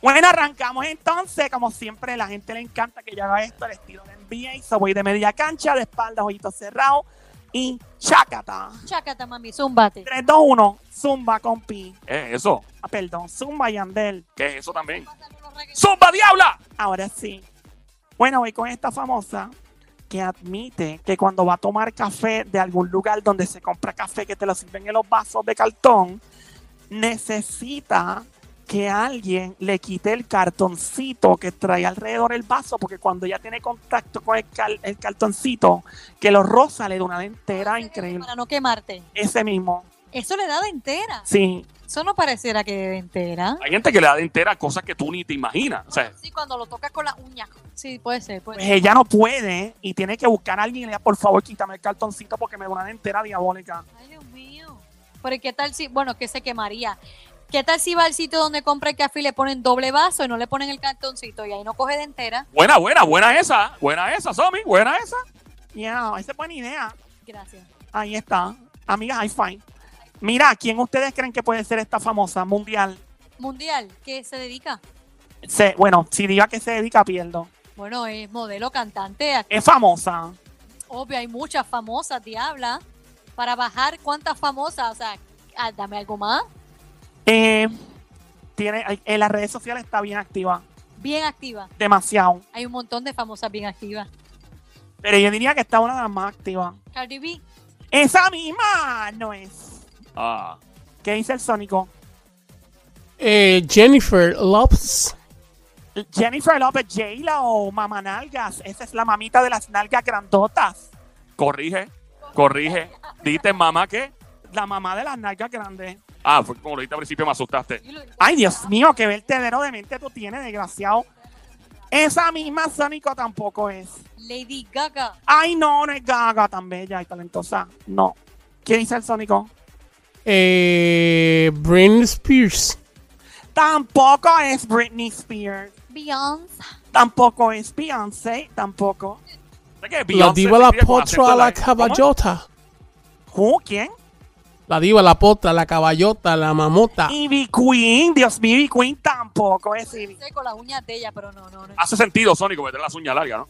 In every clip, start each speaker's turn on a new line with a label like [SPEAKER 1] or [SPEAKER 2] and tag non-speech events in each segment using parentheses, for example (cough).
[SPEAKER 1] Bueno, arrancamos entonces. Como siempre, la gente le encanta que yo haga esto, el estilo de NBA. So voy de media cancha, de espaldas, ojitos cerrados. Y chácata.
[SPEAKER 2] Chácata, mami, zúmbate.
[SPEAKER 1] 3, 2, 1. Zumba, compi.
[SPEAKER 3] ¿Qué es eso?
[SPEAKER 1] Ah, perdón, Zumba y Andel.
[SPEAKER 3] ¿Qué es eso también? ¡Zumba, diabla!
[SPEAKER 1] Ahora sí. Bueno, voy con esta famosa que admite que cuando va a tomar café de algún lugar donde se compra café que te lo sirven en los vasos de cartón, necesita que alguien le quite el cartoncito que trae alrededor el vaso, porque cuando ya tiene contacto con el, cal- el cartoncito, que lo roza, le da una dentera increíble.
[SPEAKER 2] Para no quemarte.
[SPEAKER 1] Ese mismo.
[SPEAKER 2] Eso le da de entera.
[SPEAKER 1] Sí,
[SPEAKER 2] Eso no pareciera que de entera.
[SPEAKER 3] Hay gente que le da de entera cosas que tú ni te imaginas. O sea,
[SPEAKER 2] Sí, cuando lo tocas con la uña. Sí, puede ser. Puede
[SPEAKER 1] pues
[SPEAKER 2] ser.
[SPEAKER 1] ella no puede y tiene que buscar a alguien y le diga, por favor, quítame el cartoncito porque me da una dentera diabólica.
[SPEAKER 2] Ay, Dios mío. Pero ¿y qué tal si, bueno, que se quemaría? ¿Qué tal si va al sitio donde compra el café y le ponen doble vaso y no le ponen el cartoncito y ahí no coge de entera?
[SPEAKER 3] buena, buena, buena esa. Buena esa, Somi, buena esa.
[SPEAKER 1] Yeah, esa es buena idea.
[SPEAKER 2] Gracias.
[SPEAKER 1] Ahí está. Ah, Amiga, high five. Mira, ¿quién ustedes creen que puede ser esta famosa mundial?
[SPEAKER 2] Mundial, ¿qué se dedica?
[SPEAKER 1] Se- bueno, si diga que se dedica, pierdo.
[SPEAKER 2] Bueno, es modelo, cantante, act-
[SPEAKER 1] Es famosa.
[SPEAKER 2] obvio, hay muchas famosas, diabla. Para bajar, ¿cuántas famosas? O sea, ah, dame algo más.
[SPEAKER 1] Eh, tiene, ay, en las redes sociales está bien activa.
[SPEAKER 2] Bien activa.
[SPEAKER 1] Demasiado.
[SPEAKER 2] Hay un montón de famosas bien activas.
[SPEAKER 1] Pero yo diría que está una de las más activas.
[SPEAKER 2] Cardi B,
[SPEAKER 1] Esa misma no es.
[SPEAKER 3] Ah,
[SPEAKER 1] ¿Qué dice el Sónico?
[SPEAKER 4] Eh, Jennifer Lopez.
[SPEAKER 1] Jennifer Lopez, Jayla o Mama Nalgas. Esa es la mamita de las nalgas grandotas.
[SPEAKER 3] corrige, corrige. Dite, mamá, ¿qué?
[SPEAKER 1] La mamá de las nalgas grandes.
[SPEAKER 3] Ah, fue como lo dijiste al principio, me asustaste.
[SPEAKER 1] Ay, Dios mío, qué vertedero de mente tú tienes, desgraciado. Esa misma Sónico tampoco es.
[SPEAKER 2] Lady Gaga,
[SPEAKER 1] Ay, no, no es Gaga tan bella y talentosa. No. ¿Qué dice el Sónico?
[SPEAKER 4] Eh, Britney Spears.
[SPEAKER 1] Tampoco es Britney Spears.
[SPEAKER 2] Beyoncé,
[SPEAKER 1] Tampoco es Beyoncé. Tampoco.
[SPEAKER 3] ¿Sabes qué?
[SPEAKER 4] La
[SPEAKER 3] Beyoncé
[SPEAKER 4] diva
[SPEAKER 3] se
[SPEAKER 4] la
[SPEAKER 3] escribe con acento
[SPEAKER 4] potra,
[SPEAKER 3] en
[SPEAKER 4] la
[SPEAKER 3] E. ¿Cómo es?
[SPEAKER 4] caballota.
[SPEAKER 1] Who? ¿Quién?
[SPEAKER 4] La diva la potra, la caballota, la mamota.
[SPEAKER 1] Y Ivy Queen. Dios mío, Ivy Queen tampoco es Ivy.
[SPEAKER 2] sé con las uñas de ella, pero no, no, no.
[SPEAKER 3] Hace sentido, Sónico, meter las uñas largas, ¿no?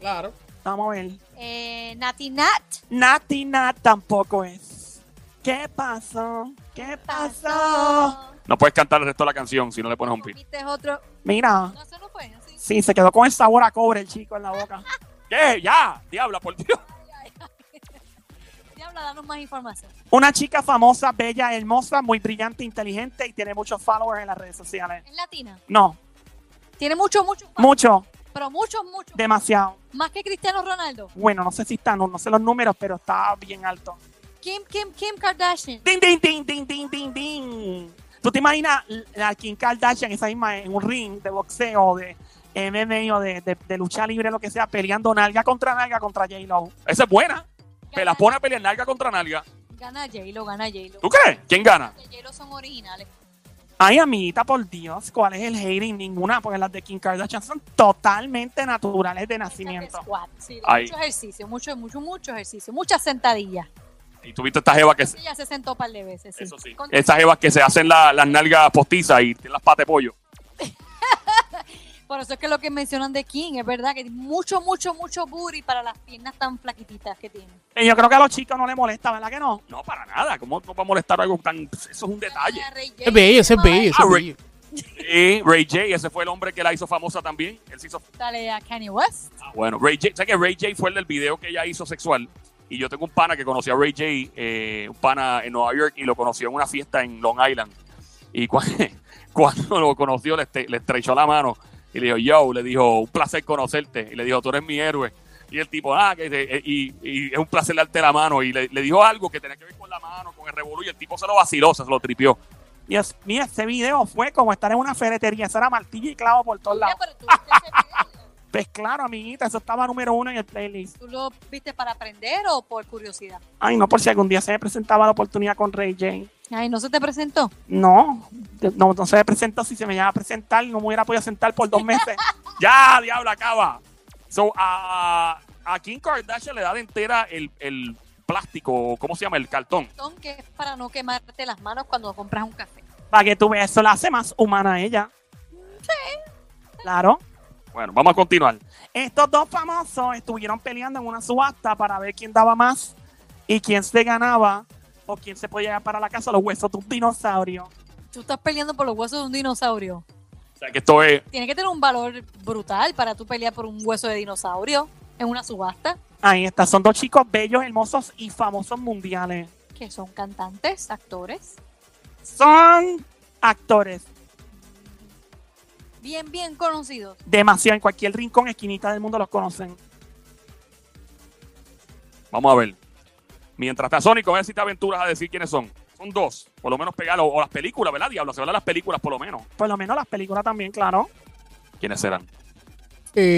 [SPEAKER 4] Claro.
[SPEAKER 1] Vamos a ver.
[SPEAKER 2] Eh, Nati Nat,
[SPEAKER 1] Nati Nat tampoco es. ¿Qué pasó? ¿Qué pasó?
[SPEAKER 3] No puedes cantar el resto de la canción si no le pones un pin.
[SPEAKER 2] Viste otro.
[SPEAKER 1] Mira.
[SPEAKER 2] No, eso no fue así.
[SPEAKER 1] Sí, se quedó con el sabor a cobre el chico en la boca.
[SPEAKER 3] ¿Qué? Ya, diabla, por Dios.
[SPEAKER 2] (laughs) Diabla, danos más información.
[SPEAKER 1] Una chica famosa, bella, hermosa, muy brillante, inteligente y tiene muchos followers en las redes sociales.
[SPEAKER 2] Es latina.
[SPEAKER 1] No,
[SPEAKER 2] Tiene mucho, mucho,
[SPEAKER 1] mucho,
[SPEAKER 2] pero mucho, mucho.
[SPEAKER 1] demasiado.
[SPEAKER 2] Más que Cristiano Ronaldo.
[SPEAKER 1] Bueno, no sé si están, no, no sé los números, pero está bien alto.
[SPEAKER 2] Kim, Kim, Kim Kardashian.
[SPEAKER 1] Ding, ding, ding, ding, ding, ding, ding. ¿Tú te imaginas la Kim Kardashian, esa misma, en un ring de boxeo, de MMA o de, de- de lucha libre, lo que sea, peleando nalga contra nalga contra J-Lo?
[SPEAKER 3] Esa es buena. Te la
[SPEAKER 2] Gana-
[SPEAKER 3] pone a pelear nalga contra nalga.
[SPEAKER 2] Gana J-Lo, gana J-Lo.
[SPEAKER 3] ¿Tú crees? ¿Quién gana?
[SPEAKER 2] Los J-Lo son originales.
[SPEAKER 1] Ay, amiguita, por Dios, ¿cuál es el hating? Ninguna, porque las de Kim Kardashian son totalmente naturales de nacimiento.
[SPEAKER 2] Esa es squat. Sí,
[SPEAKER 3] Ay.
[SPEAKER 2] mucho ejercicio, mucho, mucho, mucho ejercicio. Muchas sentadillas.
[SPEAKER 3] Y tuviste esta jeva que se,
[SPEAKER 2] Ella se sentó un par de veces. Sí.
[SPEAKER 3] Eso sí.
[SPEAKER 2] Con-
[SPEAKER 3] Esas jevas que se hacen la- las nalgas postizas y tienen las patas de pollo.
[SPEAKER 2] Por eso es que lo que mencionan de Kim es verdad que mucho, mucho, mucho booty para las piernas tan flaquititas que tiene.
[SPEAKER 1] Y yo creo que a los chicos no les molesta, ¿verdad que no?
[SPEAKER 3] No, para nada. ¿Cómo no va a molestar algo tan.? Eso es un detalle.
[SPEAKER 2] Gana Ray J.
[SPEAKER 4] Es bello, ese es bello. ese
[SPEAKER 3] Ah,
[SPEAKER 4] es
[SPEAKER 3] Ray-
[SPEAKER 4] bello.
[SPEAKER 3] Sí, Ray J, ese fue el hombre que la hizo famosa también. Él se hizo.
[SPEAKER 2] Dale a Kanye West.
[SPEAKER 3] ah, bueno, Ray J. ¿Sabes que Ray J fue el del video que ella hizo sexual? Y yo tengo un pana que conoció a Ray J, eh, un pana en Nueva York, y lo conoció en una fiesta en Long Island. Y cu- (laughs) cuando lo conoció, le, este- le estrechó la mano y le dijo, yo, le dijo, un placer conocerte. Y le dijo, tú eres mi héroe. Y el tipo, ah, que se- y, y es un placer darte la mano. Y le, le dijo algo que tenía que ver con la mano, con el revolú. Y el tipo se lo vaciló, se lo tripió.
[SPEAKER 1] Dios mío, ese video fue como estar en una ferretería, eso era martillo y clavo por todos
[SPEAKER 2] Mira,
[SPEAKER 1] lados.
[SPEAKER 2] pero tú viste ese video.
[SPEAKER 1] Pues claro, amiguita, eso estaba número uno en el playlist.
[SPEAKER 2] ¿Tú lo viste para aprender o por curiosidad?
[SPEAKER 1] Ay, no, por si algún día se me presentaba la oportunidad con Ray J.
[SPEAKER 2] Ay, no se te presentó.
[SPEAKER 1] No, no, no se me presentó. Si se me llegaba a presentar, no me hubiera podido sentar por dos meses.
[SPEAKER 3] Ya, diablo, acaba. So, a, a Kim Kardashian le da de entera el, el plástico, ¿cómo se llama? El cartón.
[SPEAKER 2] Tom, que es para no quemarte las manos cuando compras un café.
[SPEAKER 1] Para que tú veas, eso la hace más humana a ella.
[SPEAKER 2] Sí,
[SPEAKER 1] Claro.
[SPEAKER 3] Bueno, vamos a continuar.
[SPEAKER 1] Estos dos famosos estuvieron peleando en una subasta para ver quién daba más y quién se ganaba o quién se podía llevar para la casa los huesos de un dinosaurio.
[SPEAKER 2] Tú estás peleando por los huesos de un dinosaurio.
[SPEAKER 3] O sea, que esto es
[SPEAKER 2] Tiene que tener un valor brutal para tú pelear por un hueso de dinosaurio en una subasta.
[SPEAKER 1] Ahí está, son dos chicos bellos, hermosos y famosos mundiales.
[SPEAKER 2] Que son cantantes, actores.
[SPEAKER 1] Son actores,
[SPEAKER 2] Bien, bien conocidos.
[SPEAKER 1] demasiado, en cualquier rincón, esquinita del mundo los conocen.
[SPEAKER 3] Vamos a ver. Mientras tanto, Sonic, a ver si te aventuras a decir quiénes son. Son dos. Por lo menos pegarlo. O las películas, ¿verdad, Diablo? Se van las películas, por lo menos.
[SPEAKER 1] Por lo menos las películas también, claro.
[SPEAKER 3] ¿Quiénes serán?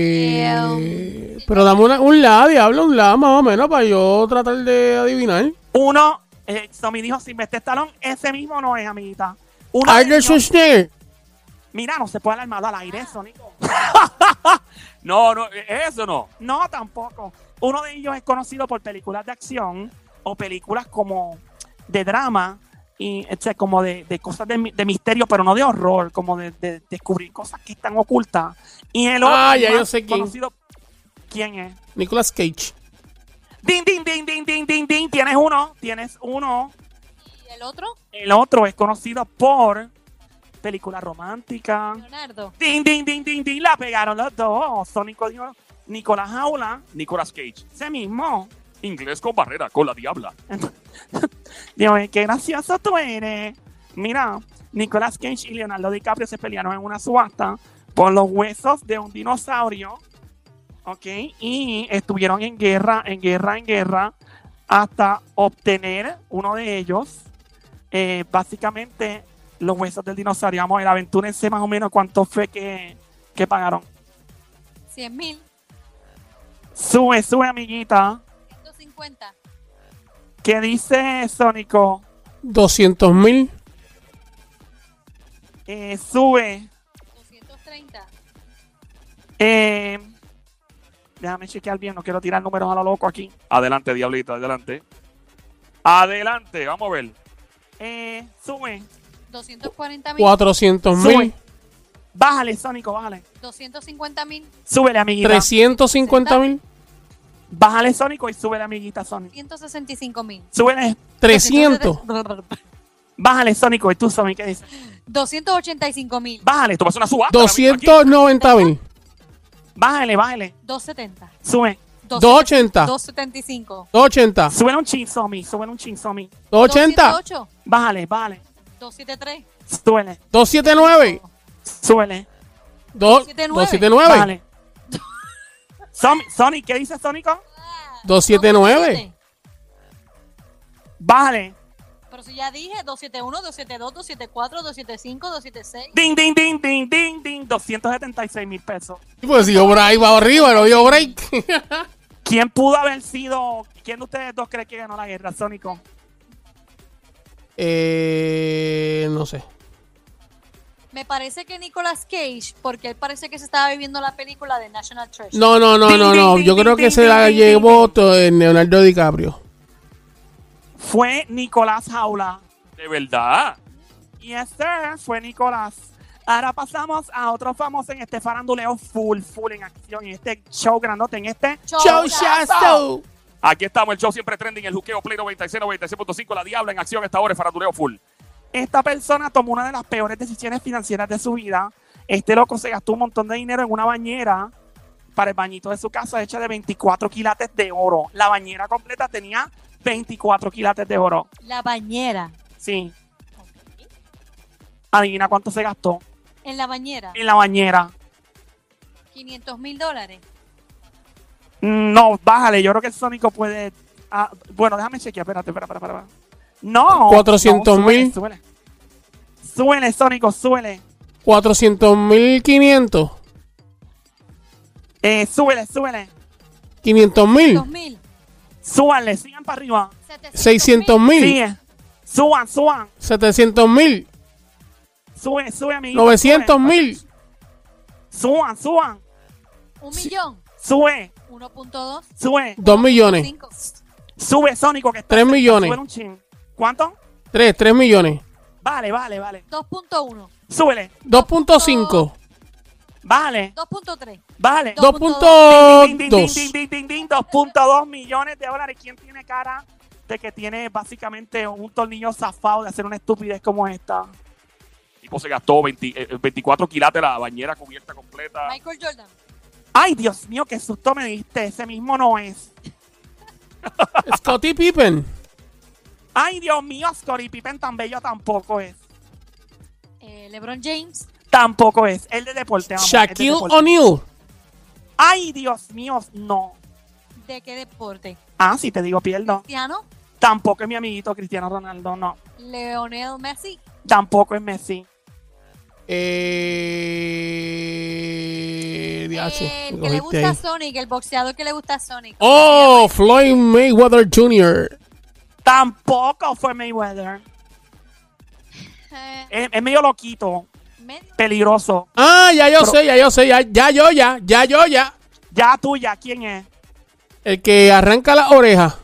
[SPEAKER 4] Eh, pero dame una- un la, diablo, un la más o menos para yo tratar de adivinar.
[SPEAKER 1] Uno, eh, Tommy dijo Silvestre Stallone, ese mismo no es, amiguita. Uno de
[SPEAKER 4] Arnold
[SPEAKER 1] ellos-
[SPEAKER 4] Schwarzenegger.
[SPEAKER 1] Mira, no se puede hablar malo al aire, Sónico.
[SPEAKER 3] No, no, eh, eso no.
[SPEAKER 1] No, tampoco. Uno de ellos es conocido por películas de acción o películas como de drama y este, como de, de cosas de, mi- de misterio, pero no de horror, como de, de descubrir cosas que están ocultas. Y el otro
[SPEAKER 4] Ah, ya
[SPEAKER 1] más
[SPEAKER 4] yo sé quién.
[SPEAKER 1] conocido, ¿quién es?
[SPEAKER 4] Nicolas Cage.
[SPEAKER 1] Ding, ding, ding, ding, ding, ding, ding. Tienes uno, tienes uno.
[SPEAKER 2] ¿Y el otro?
[SPEAKER 1] El otro es conocido por películas románticas.
[SPEAKER 2] Leonardo.
[SPEAKER 1] Ding, ding, ding, ding, ding. La pegaron los dos. Sónico dijo, Nicolás Jaula,
[SPEAKER 3] Nicolas Cage.
[SPEAKER 1] ese mismo.
[SPEAKER 3] Inglés con barrera, con la diabla.
[SPEAKER 1] Dios, mío, qué gracioso tú eres. Mira, Nicolas Cage y Leonardo DiCaprio se pelearon en una subasta por los huesos de un dinosaurio. ¿Ok? Y estuvieron en guerra, en guerra, en guerra, hasta obtener uno de ellos. eh, básicamente, los huesos del dinosaurio. Vamos a ver, aventúrense más o menos cuánto fue que, que pagaron.
[SPEAKER 2] 100 mil.
[SPEAKER 1] Sube, sube, amiguita.
[SPEAKER 2] 150.
[SPEAKER 1] ¿Qué dice Sónico?
[SPEAKER 4] 200 mil.
[SPEAKER 1] Eh, sube.
[SPEAKER 2] 230.
[SPEAKER 1] Eh, déjame chequear bien, no quiero tirar números a lo loco aquí.
[SPEAKER 3] Adelante, diablita, adelante. Adelante, vamos a ver.
[SPEAKER 1] Eh, sube,
[SPEAKER 2] 240 mil.
[SPEAKER 4] 400 mil.
[SPEAKER 1] Sube. bájale, Sónico, bájale.
[SPEAKER 2] 250 mil.
[SPEAKER 1] Súbele, amiguita.
[SPEAKER 4] 350 mil.
[SPEAKER 1] Bájale, Sónico, y súbele, amiguita, Sónico.
[SPEAKER 2] 165 mil.
[SPEAKER 1] Súbele,
[SPEAKER 4] 300.
[SPEAKER 2] (laughs)
[SPEAKER 1] bájale, Sónico, y tú, Sónico, ¿qué dices?
[SPEAKER 2] 285 mil.
[SPEAKER 1] Bájale,
[SPEAKER 3] Esto
[SPEAKER 1] tú,
[SPEAKER 3] pasa una subasta. ahora mismo aquí.
[SPEAKER 4] 290 mil.
[SPEAKER 1] bájale, bájale.
[SPEAKER 2] 270.
[SPEAKER 1] Sube,
[SPEAKER 4] 280.
[SPEAKER 2] 275.
[SPEAKER 4] 280.
[SPEAKER 1] súbele un chin, Somi, súbele un chin, Somi.
[SPEAKER 4] 280.
[SPEAKER 2] 278,
[SPEAKER 1] Bájale, bájale,
[SPEAKER 2] 273.
[SPEAKER 1] súbele,
[SPEAKER 4] 279.
[SPEAKER 1] súbele,
[SPEAKER 4] do- 279.
[SPEAKER 1] bájale. Somi- Sonic, ¿qué dice Sónico?
[SPEAKER 4] 279.
[SPEAKER 1] Bájale.
[SPEAKER 2] Pero si ya dije 271, 272, 274, 275, 276.
[SPEAKER 1] Ding, ding, ding, ding, ding, ding. 276 mil pesos.
[SPEAKER 4] Y Pues si yo por ahí va arriba, no dio break. (laughs)
[SPEAKER 1] ¿Quién pudo haber sido? ¿Quién de ustedes dos cree que ganó la guerra, Sónico?
[SPEAKER 4] eh, no sé.
[SPEAKER 2] Me parece que Nicolas Cage, porque él parece que se estaba viviendo la película de National Treasure.
[SPEAKER 4] No, no, no, no, no. Yo creo que se la llevó to- eh, Leonardo DiCaprio.
[SPEAKER 1] Fue Nicolás Jaula.
[SPEAKER 3] De verdad.
[SPEAKER 1] Yes, sir, fue Nicolás. Ahora pasamos a otro famoso en este faranduleo full, full en acción, en este show grandote, en este.
[SPEAKER 4] Chau,
[SPEAKER 2] Shasta.
[SPEAKER 4] Shasto.
[SPEAKER 3] Aquí estamos, el show siempre trending, el juqueo Play 96, 96.5, la diabla en acción, esta hora es faranduleo full.
[SPEAKER 1] Esta persona tomó una de las peores decisiones financieras de su vida. Este loco se gastó un montón de dinero en una bañera para el bañito de su casa hecha de 24 quilates de oro. La bañera completa tenía 24 quilates de oro.
[SPEAKER 2] La bañera.
[SPEAKER 1] Sí. Adivina cuánto se gastó
[SPEAKER 2] En la bañera.
[SPEAKER 1] en la bañera.
[SPEAKER 2] 500 mil dólares.
[SPEAKER 1] Mm, No, bájale. Yo creo que el Sónico puede. ah, bueno, déjame chequear. Espérate, espera, espera, espera. No.
[SPEAKER 4] 400
[SPEAKER 1] no, súbele,
[SPEAKER 4] mil.
[SPEAKER 1] Súbele, súbele, Sónico, súbele.
[SPEAKER 4] 400 mil 500.
[SPEAKER 1] Eh, súbele, súbele.
[SPEAKER 4] 500 mil.
[SPEAKER 2] 2 mil.
[SPEAKER 1] Súbanle, sigan para arriba.
[SPEAKER 4] 600 mil.
[SPEAKER 1] Sigue. Suban, suban.
[SPEAKER 4] 700 mil.
[SPEAKER 1] Sube, sube, amiguito.
[SPEAKER 4] 900
[SPEAKER 1] sube.
[SPEAKER 4] mil.
[SPEAKER 1] Suban, suban.
[SPEAKER 2] Un millón.
[SPEAKER 1] Sube,
[SPEAKER 2] 1.2.
[SPEAKER 1] sube.
[SPEAKER 4] 2 millones.
[SPEAKER 2] 5.
[SPEAKER 1] Sube, Sónico, que está.
[SPEAKER 4] Tres
[SPEAKER 1] cerca,
[SPEAKER 4] millones.
[SPEAKER 1] súbele un chin. ¿Cuánto?
[SPEAKER 4] 3, 3 millones.
[SPEAKER 1] Vale, vale, vale.
[SPEAKER 2] 2.1.
[SPEAKER 1] Súbele.
[SPEAKER 4] 2.5.
[SPEAKER 1] Vale,
[SPEAKER 2] 2.3.
[SPEAKER 1] vale.
[SPEAKER 2] Dos.
[SPEAKER 4] 2.2.
[SPEAKER 1] 2.2 millones de dólares. ¿Quién tiene cara de que tiene básicamente un tornillo zafado de hacer una estupidez como esta?
[SPEAKER 3] El tipo se gastó 20, eh, eh, 24 quilates la bañera cubierta completa.
[SPEAKER 2] Michael Jordan.
[SPEAKER 1] Ay, Dios mío, qué susto me diste. Ese mismo no es.
[SPEAKER 4] Scottie Pippen.
[SPEAKER 1] Ay, Dios mío, Scottie Pippen tan bello tampoco es.
[SPEAKER 2] eh, LeBron James.
[SPEAKER 1] Tampoco es. El de
[SPEAKER 2] este
[SPEAKER 1] deporte, vamos. el de
[SPEAKER 4] Shaquille
[SPEAKER 1] deporte.
[SPEAKER 4] O'Neal.
[SPEAKER 1] Ay, Dios mío, no.
[SPEAKER 2] ¿De qué deporte?
[SPEAKER 1] Ah, si te digo pierdo.
[SPEAKER 2] Cristiano.
[SPEAKER 1] Tampoco es mi amiguito Cristiano Ronaldo, no.
[SPEAKER 2] Leonel Messi.
[SPEAKER 1] Tampoco es Messi.
[SPEAKER 4] Eh... diache,
[SPEAKER 2] Eh, el
[SPEAKER 4] me
[SPEAKER 2] que le
[SPEAKER 4] cogiste
[SPEAKER 2] gusta pues. a
[SPEAKER 4] ahí.
[SPEAKER 2] Sonic. El boxeador que le gusta a Sonic.
[SPEAKER 4] Oh, Floyd Mayweather Jr.
[SPEAKER 1] Tampoco fue Mayweather.
[SPEAKER 2] Eh,
[SPEAKER 1] Es, es medio loquito,
[SPEAKER 2] medio.
[SPEAKER 1] peligroso.
[SPEAKER 4] Ah, ya yo
[SPEAKER 1] Pero-
[SPEAKER 4] sé, ya yo sé, ya, ya yo ya, ya yo ya.
[SPEAKER 1] Ya tuya, ¿quién es?
[SPEAKER 4] El que arranca las orejas.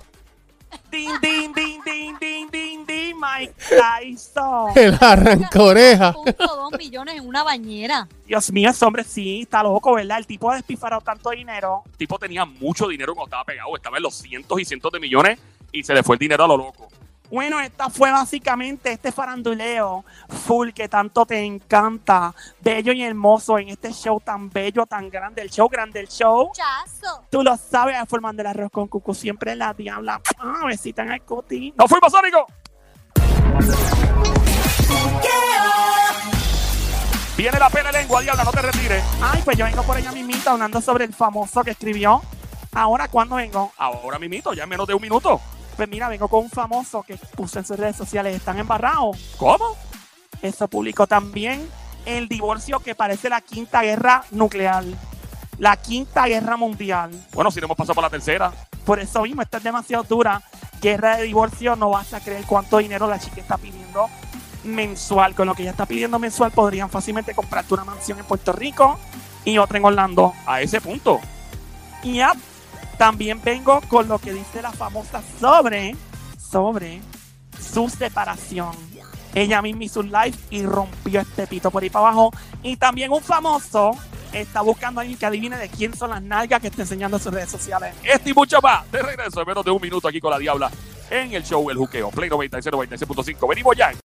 [SPEAKER 1] Din, din, din, din, din, din, din, Mike Tyson.
[SPEAKER 4] (laughs) El arranca orejas.
[SPEAKER 2] 2.2 millones en una bañera.
[SPEAKER 1] Dios mío, ese hombre sí, está loco, ¿verdad? El tipo ha despifarado tanto dinero.
[SPEAKER 3] El tipo tenía mucho dinero cuando estaba pegado. Estaba en los cientos y cientos de millones y se le fue el dinero a lo loco.
[SPEAKER 1] Bueno, esta fue básicamente este faranduleo full que tanto te encanta, bello y hermoso en este show tan bello, tan grande, el show grande, el show.
[SPEAKER 2] Chazo.
[SPEAKER 1] Tú lo sabes, formando el arroz con cucu, siempre la diabla. Ah, besita en el cuti.
[SPEAKER 3] ¡No fuimos, Sónico! Viene la pena lengua, diabla, no te retires.
[SPEAKER 1] Ay, pues yo vengo por ella mismita hablando sobre el famoso que escribió. Ahora, ¿cuándo vengo?
[SPEAKER 3] Ahora mismito, ya en menos de un minuto.
[SPEAKER 1] Pues mira, vengo con un famoso que puso en sus redes sociales, están embarrados.
[SPEAKER 3] ¿Cómo?
[SPEAKER 1] Eso publicó también el divorcio que parece la quinta guerra nuclear. La quinta guerra mundial.
[SPEAKER 3] Bueno, si no hemos pasado por la tercera.
[SPEAKER 1] Por eso mismo, esta es demasiado dura. Guerra de divorcio, no vas a creer cuánto dinero la chica está pidiendo mensual. Con lo que ella está pidiendo mensual, podrían fácilmente comprarte una mansión en Puerto Rico y otra en Orlando.
[SPEAKER 3] A ese punto.
[SPEAKER 1] Y ah, también vengo con lo que dice la famosa sobre, sobre su separación. Ella misma hizo un live y rompió este pito por ahí para abajo. Y también un famoso está buscando a alguien que adivine de quién son las nalgas que está enseñando en sus redes sociales.
[SPEAKER 3] Este y mucho más. De regreso en menos de un minuto aquí con la diabla en el show El Juqueo. Play 96, 96.5. Venimos ya.